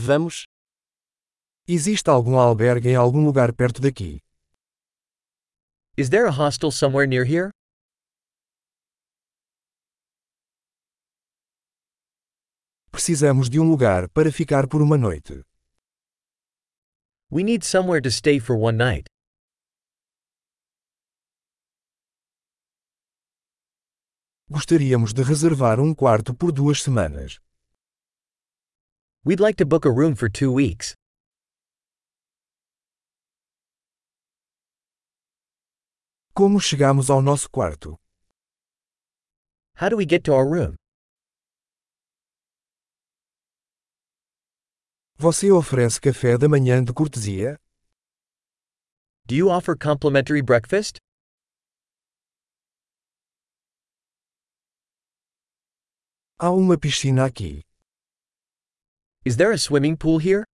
Vamos. Existe algum albergue em algum lugar perto daqui? Is there a hostel somewhere near here? Precisamos de um lugar para ficar por uma noite. We need somewhere to stay for one night. Gostaríamos de reservar um quarto por duas semanas. We'd like to book a room for two weeks. Como chegamos ao nosso quarto? How do we get to our room? Você oferece café da manhã de cortesia? Do you offer complimentary breakfast? Há uma piscina aqui. Is there a swimming pool here?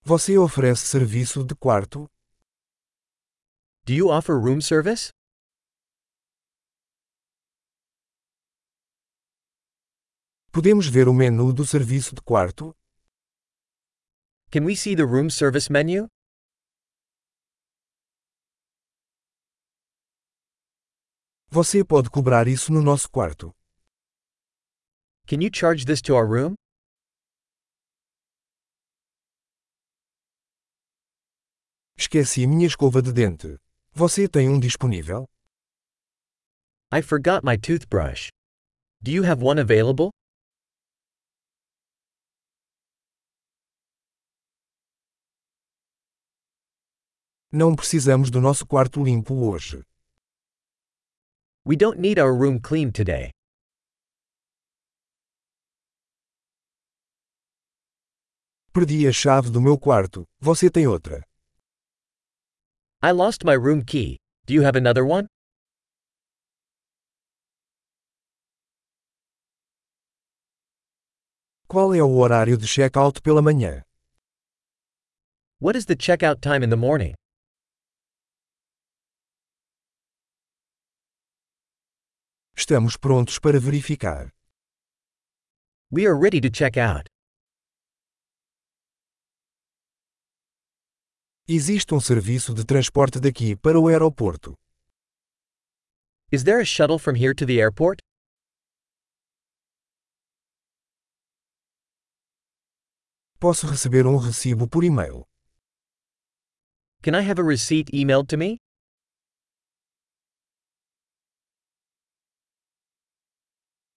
Você oferece serviço de quarto? Do you offer room service? Podemos ver o menu do serviço de quarto? Can we see the room service menu? Você pode cobrar isso no nosso quarto. Can you charge this to our room? Esqueci minha escova de dente. Você tem um disponível? I forgot my toothbrush. Do you have one available? Não precisamos do nosso quarto limpo hoje. We don't need our room cleaned today. Perdi a chave do meu quarto. Você tem outra? I lost my room key. Do you have another one? Qual é o horário de check-out pela manhã? What is the checkout time in the morning? Estamos prontos para verificar. We are ready to check out. Existe um serviço de transporte daqui para o aeroporto. Is there a shuttle from here to the airport? Posso receber um recibo por e-mail. Can I have a receipt emailed to me?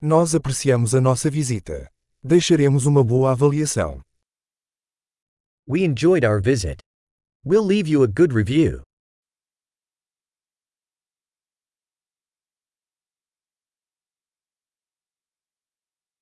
Nós apreciamos a nossa visita. Deixaremos uma boa avaliação. We enjoyed our visit. We'll leave you a good review.